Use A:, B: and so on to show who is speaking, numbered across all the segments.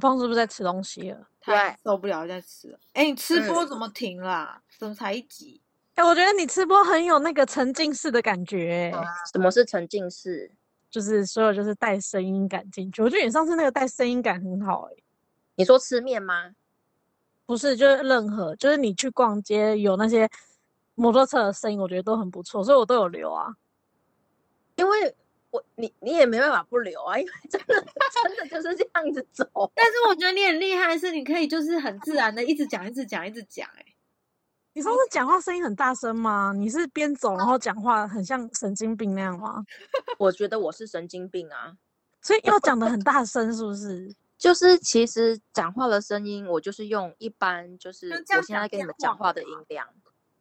A: 胖是不是在吃东西了？
B: 对
C: 太受不了再吃了。哎，你吃播
B: 嗯
C: 怎么停啦？怎么才一集？
A: 哎、我觉得你吃播很有那个沉浸式的感觉、欸，
B: 什么是沉浸式？
A: 就是所有就是带声音感进去。我觉得你上次那个带声音感很好、欸，
B: 你说吃面吗？
A: 不是就是任何就是你去逛街有那些摩托车的声音，我觉得都很不错，所以我都有留啊。
B: 因为我你你也没办法不留啊，因为真的 真的就是这样子走。
C: 但是我觉得你很厉害，是你可以就是很自然的一直讲，一直讲，一直讲、哎，
A: 你上次讲话声音很大声吗？你是边走然后讲话，很像神经病那样吗？
B: 我觉得我是神经病啊，
A: 所以要讲的很大声，是不是？
B: 就是其实讲话的声音，我就是用一般就是
C: 那这
B: 我
C: 样
B: 现在
C: 讲
B: 跟你们
C: 电
B: 讲
C: 话
B: 话的
C: 吗
B: 音量，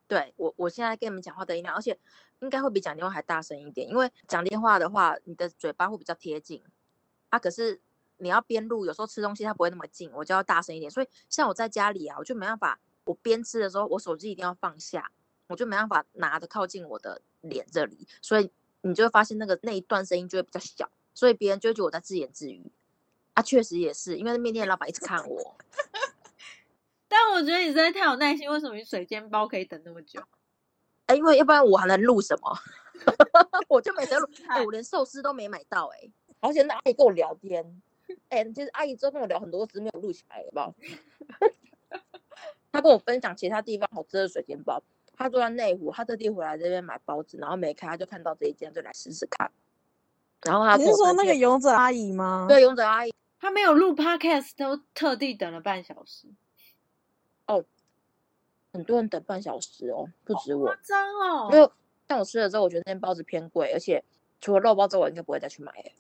B: 对我我现在跟你们讲话的音量，而且应该会比讲电话还大声一点，因为讲电话的话，你的嘴巴会比较贴近啊，可是你要边录，有时候吃东西它不会那么近，我就要大声一点。所以像我在家里啊，我就没办法，我边吃的时候，我手机一定要放下，我就没办法拿着靠近我的脸这里，所以你就会发现那个那一段声音就会比较小，所以别人就会觉得我在自言自语。啊，确实也是，因为面店老板一直看我，
C: 但我觉得你实在太有耐心，为什么你水煎包可以等那么久？
B: 哎、因为要不然我还能录什么？ 我就没得录，哎、我连寿司都没买到、哎，而且那阿姨跟我聊 天，哎、其实阿姨之后跟我聊很多次没有录起来，好不好？ 她跟我分享其他地方好吃的水煎包，她住在内湖，她特地回来这边买包子，然后没开，她就看到这一间，就来试试看。然后她
A: 你
B: 跟
A: 是
B: 我
A: 说那
B: 推
A: 个
B: 荐
A: 勇者阿姨吗？
B: 对勇者阿姨
C: 他没有录 podcast，都特地等了半小时，
B: 很多人等半小时哦，不止我
C: 夸，张哦！
B: 因为像我吃了之后，我觉得那间包子偏贵，而且除了肉包之外，我应该不会再去买、欸。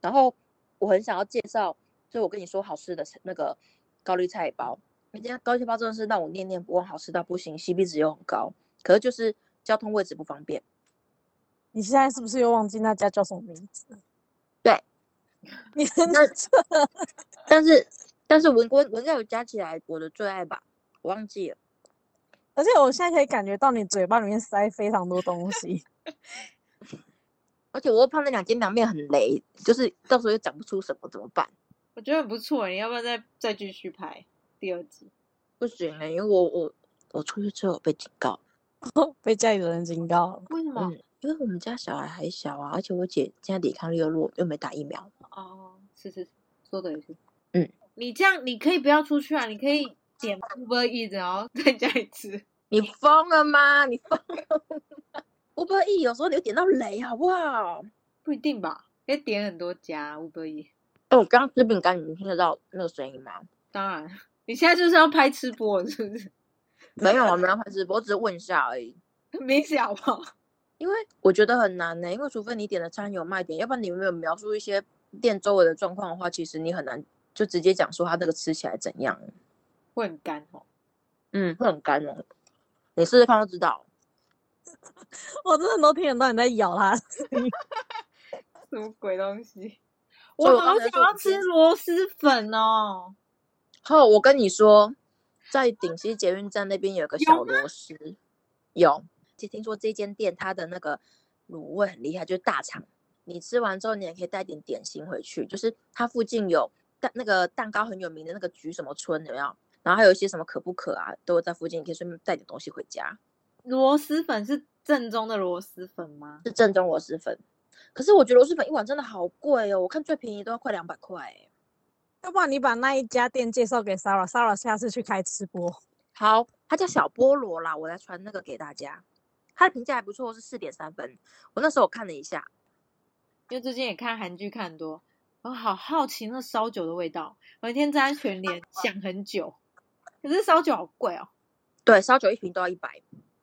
B: 然后我很想要介绍，所以我跟你说好吃的那个高丽菜包，那家高丽菜包真的是让我念念不忘，好吃到不行，CP 值又很高，可是就是交通位置不方便。
A: 你现在是不是又忘记那家叫什么名字？
B: 对，
A: 你真
B: 那
A: 的这
B: 但是但是文文文盖有加起来我的最爱吧，我忘记了。
A: 而且我现在可以感觉到你嘴巴里面塞非常多东西。
B: 而且我又怕那两间凉面很雷，就是到时候又讲不出什么怎么办？
C: 我觉得很不错，欸你要不要再再继续拍第二集？
B: 不行欸，因为我我我出去之后有被警告。
A: 被家里的人警告了，
C: 为什么？
B: 嗯，因为我们家小孩还小啊，而且我姐现在抵抗力又弱，又没打疫苗。
C: 哦，是是是，说的也是。
B: 嗯，
C: 你这样你可以不要出去啊，你可以点 Uber Eats，然后在家里吃。
B: 你疯了吗？你疯了 吗？Uber E 有时候你会点到雷，好不好？
C: 不一定吧？可以点很多家 Uber E。
B: 哎，我刚刚吃饼干，你们听得到那个声音吗？
C: 当然，你现在就是要拍吃播了，是不是？
B: 没有啊，没有拍直播，我只是问一下而已。
C: 很明显好不好？
B: 因为我觉得很难呢、因为除非你点的餐有卖点，要不然你没有描述一些店周围的状况的话，其实你很难就直接讲说它那个吃起来怎样。
C: 会很干哦。
B: 嗯，会很干哦。你试试看就知道。
A: 我真的都听得到你在咬 它。
C: 什么鬼东西？
B: 所以
C: 我
B: 我刚
C: 好
B: 才
C: 想
B: 说
C: 要
B: 你
C: 吃
B: 先
C: 螺蛳粉哦！
B: 后我跟你说，在顶溪捷运站那边有个
C: 有
B: 小螺丝，有。其实听说这间店它的那个卤味很厉害，就是大肠。你吃完之后，你也可以带点点心回去。就是它附近有蛋那个蛋糕很有名的那个菊什么村，有没有？然后还有一些什么可不可啊，都有在附近，你可以顺便带点东西回家。
C: 螺蛳粉是正宗的螺蛳粉吗？
B: 是正宗螺蛳粉，可是我觉得螺蛳粉一碗真的好贵哦，我看最便宜都要快两百块欸。
A: 要不然你把那一家店介绍给 Sara，Sara 下次去开吃播。
B: 好，它叫小菠萝啦，我来传那个给大家。它的评价还不错，是四点三分。我那时候我看了一下，
C: 因为最近也看韩剧看很多，我好好奇那烧酒的味道。我那天站在全联 想很久，可是烧酒好贵哦，
B: 对，烧酒一瓶都要一百。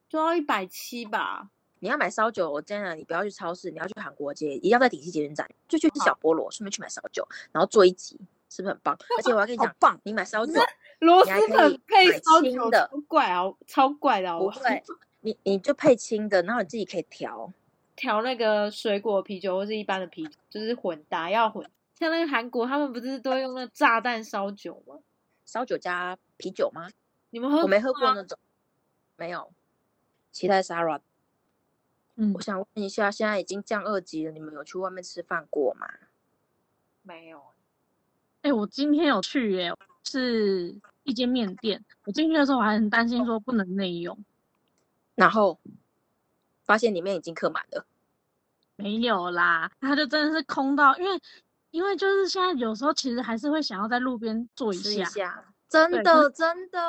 C: 就要一百七吧。
B: 你要买烧酒，我建议你不要去超市，你要去韩国街，一定要在顶溪捷运站，就
A: 嗯
B: 去吃小菠萝，顺便去买烧酒，然后做一集，是不是很棒？而且我要跟你
A: 好
B: 讲，
A: 棒！
B: 你买烧酒
C: 螺
B: 你还
C: 蛳
B: 可以
C: 粉配
B: 买
C: 烧
B: 青
C: 酒
B: 的
C: 超怪啊，超怪的、啊！
B: 不
C: 我
B: 会，你你就配轻的，然后你自己可以调。
C: 调那个水果啤酒或是一般的啤酒，就是混搭要混。像那个韩国，他们不是都用那炸弹烧酒吗？
B: 烧酒加啤酒吗？
C: 你们喝？
B: 我没喝过
C: 吗
B: 那种，没有。期待 Sarah
A: 嗯
B: 我，想问一下，现在已经降二级了，你们有去外面吃饭过吗？
C: 没有。啊
B: 那
A: 哎、我今天有去耶、是一间面店。我进去的时候我还很担心说不能内用，
B: 然后发现里面已经客满了。
A: 没有啦，它就真的是空到，因为因为就是现在有时候其实还是会想要在路边坐一
B: 试一
A: 下，
B: 下，真
A: 对
B: 的真的，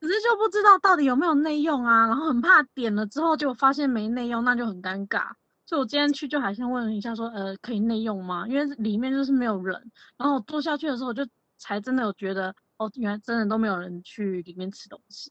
A: 可是就不知道到底有没有内用啊，然后很怕点了之后就发现没内用，那就很尴尬。所以我今天去就还先问了一下说，呃，可以内用吗？因为里面就是没有人。然后我坐下去的时候，我就才真的有觉得，哦，原来真的都没有人去里面吃东西。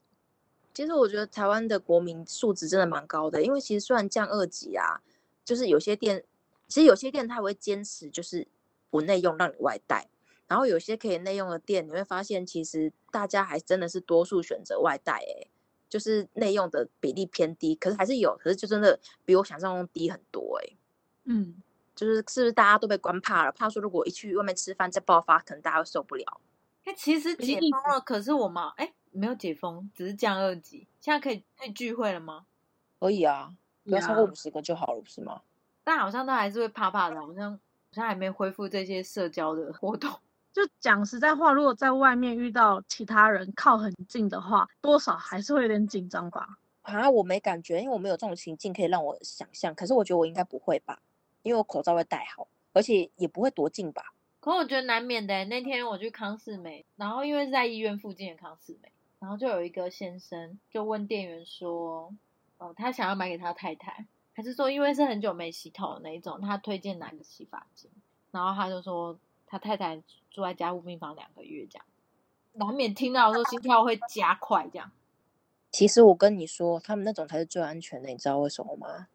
B: 其实我觉得台湾的国民素质真的蛮高的，因为其实虽然降二级啊，就是有些店，其实有些店它会坚持就是不内用让你外带，然后有些可以内用的店，你会发现其实大家还真的是多数选择外带、欸，就是内用的比例偏低，可是还是有，可是就真的比我想象中低很多、欸，
A: 嗯，
B: 就是是不是大家都被关怕了？怕说如果一去外面吃饭再爆发，可能大家会受不了。
C: 哎，其实
A: 毕竟
C: 解
A: 疫
C: 封了，可是我们哎没有解封，只是降二级，现在可以可以聚会了吗？
B: 可以啊，不要超过
A: 呀
B: 五十个就好了，不是吗？
C: 但好像都还是会怕怕的，好像好像还没恢复这些社交的活动。
A: 就讲实在话，如果在外面遇到其他人靠很近的话，多少还是会有点紧张吧。
B: 啊，我没感觉，因为我没有这种情境可以让我想象。可是我觉得我应该不会吧，因为我口罩会戴好，而且也不会多近吧。
C: 可我觉得难免的欸。那天我去康世美，然后因为是在医院附近的康世美，然后就有一个先生就问店员说，哦，他想要买给他太太，还是说因为是很久没洗头的那一种，他推荐哪个洗发精？然后他就说他太太住在加护病房两个月这样，难免听到的时候心跳会加快这样。
B: 其实我跟你说，他们那种才是最安全的，你知道为什么吗？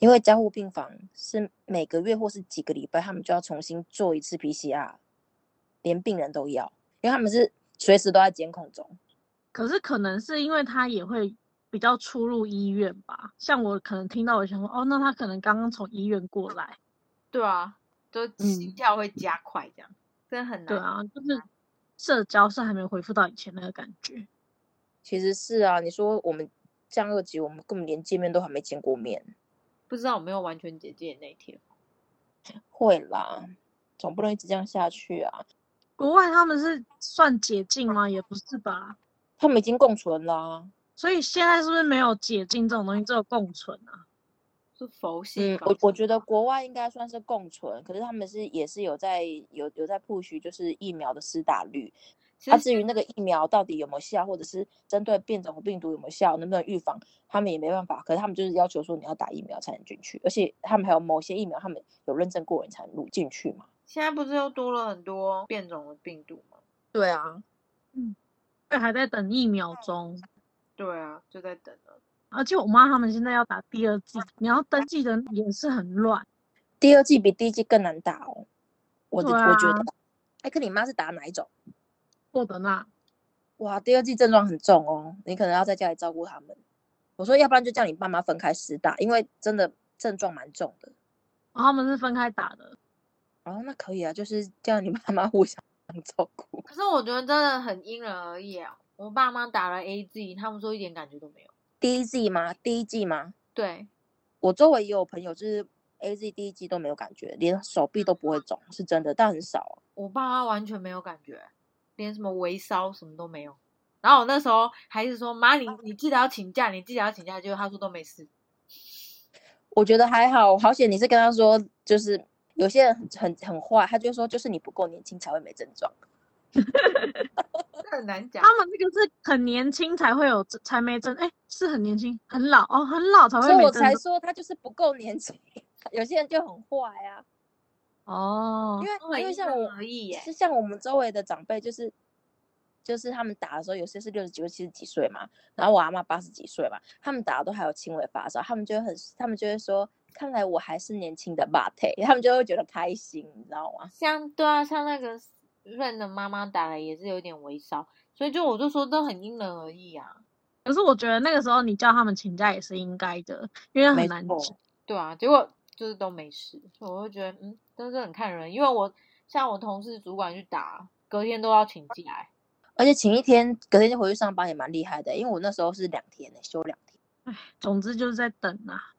B: 因为加护病房是每个月或是几个礼拜，他们就要重新做一次 PCR，连病人都要，因为他们是随时都在监控中。
A: 可是可能是因为他也会比较出入医院吧，像我可能听到我想说，哦，那他可能刚刚从医院
C: 哦
A: 过来，
C: 对啊，就心
A: 嗯
C: 跳会加快这样，真的很难。
A: 对啊，就是社交是还没恢复到以前那个感觉。
B: 其实是啊，你说我们降二级，我们根本连见面都还没见过面。
C: 不知道有没有完全解禁的那一天。
B: 会啦，总不能一直这样下去啊。
A: 国外他们是算解禁吗？也不是吧。
B: 他们已经共存啦、
A: 所以现在是不是没有解禁这种东西，只有共存啊？
C: 是佛系
B: 嗯
C: 吧、，
B: 我我觉得国外应该算是共存，可是他们是也是有在有有在 push 就是疫苗的施打率。
C: 其
B: 那、
C: 实
B: 至于那个疫苗到底有没有效，或者是针对变种病毒有没有效，能不能预防，他们也没办法。可是他们就是要求说你要打疫苗才能进去，而且他们还有某些疫苗他们有认证过你才能入进去嘛。
C: 现在不是又多了很多变种的病毒吗？
B: 对啊，
A: 对，还在等疫苗中，
C: 对啊，就在等了。
A: 而且我妈他们现在要打第二剂，你要登记的也是很乱。
B: 第二季比第一季更难打哦。我的、
A: 对
B: 我觉得，哎，跟你妈是打哪一种？
A: 莫德纳，
B: 哇，第二季症状很重哦，你可能要在家里照顾他们。我说，要不然就叫你爸妈分开施打，因为真的症状蛮重的。
A: 然后他们是分开打的，
B: 哦，那可以啊，就是叫你爸妈互相照顾。
C: 可是我觉得真的很因人而异啊。我爸妈打了 A Z，他们说一点感觉都没有。
B: 第一季吗？第一季吗？
C: 对，
B: 我周围也有朋友就是 A Z 第一季都没有感觉，连手臂都不会肿，是真的，但很少啊、
C: 我爸妈完全没有感觉，连什么微烧什么都没有。然后我那时候还是说妈，你你记得要请假，你记得要请假。结果他说都没事。
B: 我觉得还好，好险你是跟他说，就是有些人很很很坏，他就说就是你不够年轻才会没症状。
C: 这很难讲
A: 他。们这个是很年轻才会有这，才没症，哎、是很年轻，很老哦，很老才会
B: 所以
A: 没
B: 我
A: 症
B: 才说他就是不够年轻， 有些人就很坏啊。
A: 哦
B: 因。
C: 都很
B: 为因为
C: 因
B: 像
C: 人
B: 我
C: 而异耶
B: 是像我们周围的长辈，就是就是他们打的时候，有些是六十几岁、七十几岁嘛，然后我阿妈八十几岁嘛，他们打的都还有轻微发烧，他们就会很，他们就会说，看来我还是年轻的吧，t 他们就会觉得开心，你知道吗？
C: 像对啊，像那个润的妈妈打了也是有点微烧，所以就我就说都很因人而异啊。
A: 可是我觉得那个时候你叫他们请假也是应该的，因为
B: 没
A: 很难
B: 错
A: 请
C: 对啊，结果就是都没事，所以我就觉得嗯，真是很看人，因为我像我同事主管去打，隔天都要请假、欸，
B: 而且请一天，隔天就回去上班也蛮厉害的，因为我那时候是两天呢、休两天。
A: 总之就是在等啊。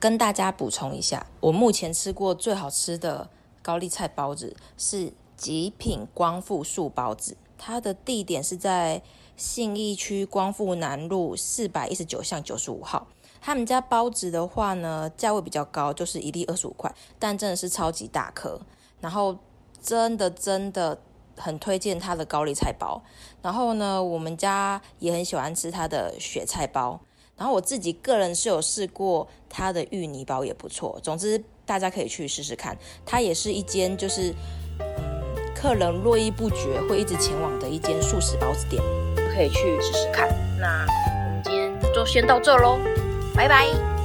B: 跟大家补充一下，我目前吃过最好吃的高丽菜包子是极品光复素包子，它的地点是在信义区光复南路四百一十九巷九十五号。他们家包子的话呢，价位比较高，就是一粒二十五块，但真的是超级大颗，然后真的真的很推荐它的高丽菜包。然后呢，我们家也很喜欢吃它的雪菜包。然后我自己个人是有试过它的芋泥包也不错，总之大家可以去试试看。它也是一间就是嗯，客人络绎不绝会一直前往的一间素食包子店，可以去试试看。那我们今天就先到这喽，拜拜。